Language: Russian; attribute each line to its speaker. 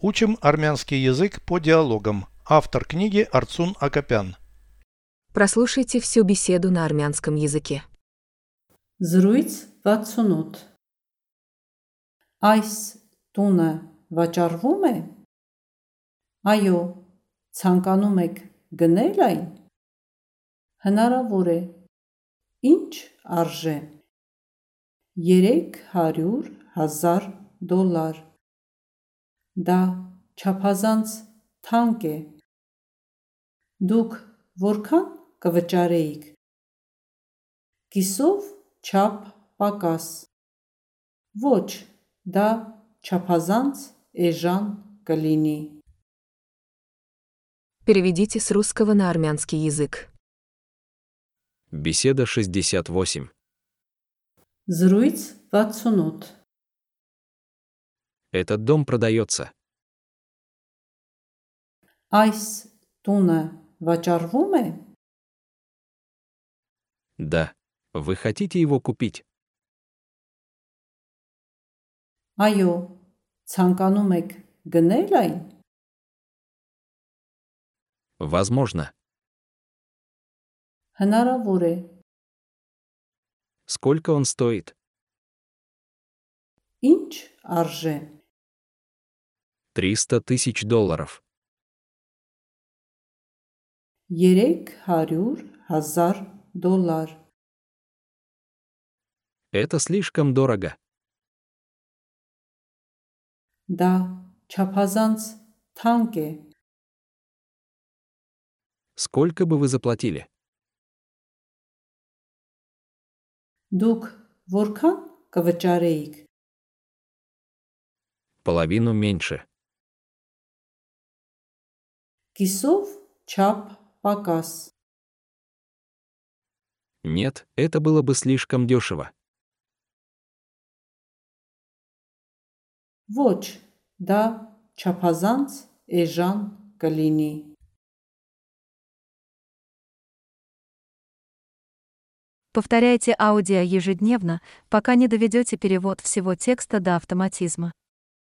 Speaker 1: Учим армянский язык по диалогам. Автор книги Арцун Акопян.
Speaker 2: Прослушайте всю беседу на армянском языке.
Speaker 3: Զրույց 68 Այս տունը վաճառվում է։ Այո, ցանկանում եք գնել այն։ Հնարավոր է։ Ինչ արժե։ 300.000 դոլար։ Դա չափազանց թանկ է։ Դուք որքան կվճարեիք։ Կիսով չափ պակաս։ Ոչ, դա չափազանց էժան կլինի։
Speaker 2: Переведите с русского на армянский язык.
Speaker 4: Беседа 68.
Speaker 3: Զրույց 68
Speaker 4: Этот дом продается.
Speaker 3: Այս տունը վաճառվում է։
Speaker 4: Да. Вы хотите его купить?
Speaker 3: Այո, ցանկանում եք գնել այն։
Speaker 4: Возможно.
Speaker 3: Հնարավոր է։
Speaker 4: Сколько он стоит?
Speaker 3: Ինչ արժե։
Speaker 4: 300 тысяч долларов.
Speaker 3: 300.000 դոլար։
Speaker 4: Это слишком дорого.
Speaker 3: Դա չափազանց թանկ է։
Speaker 4: Сколько бы вы заплатили?
Speaker 3: Դուք որքան կվճարեիք։
Speaker 4: Половину меньше.
Speaker 3: Կիսով չափ պակաս։
Speaker 4: Нет, это было бы слишком дешево.
Speaker 3: Ոչ, դա չափազանց էժան կլինի։
Speaker 5: Повторяйте аудио ежедневно, пока не доведете перевод всего текста до автоматизма.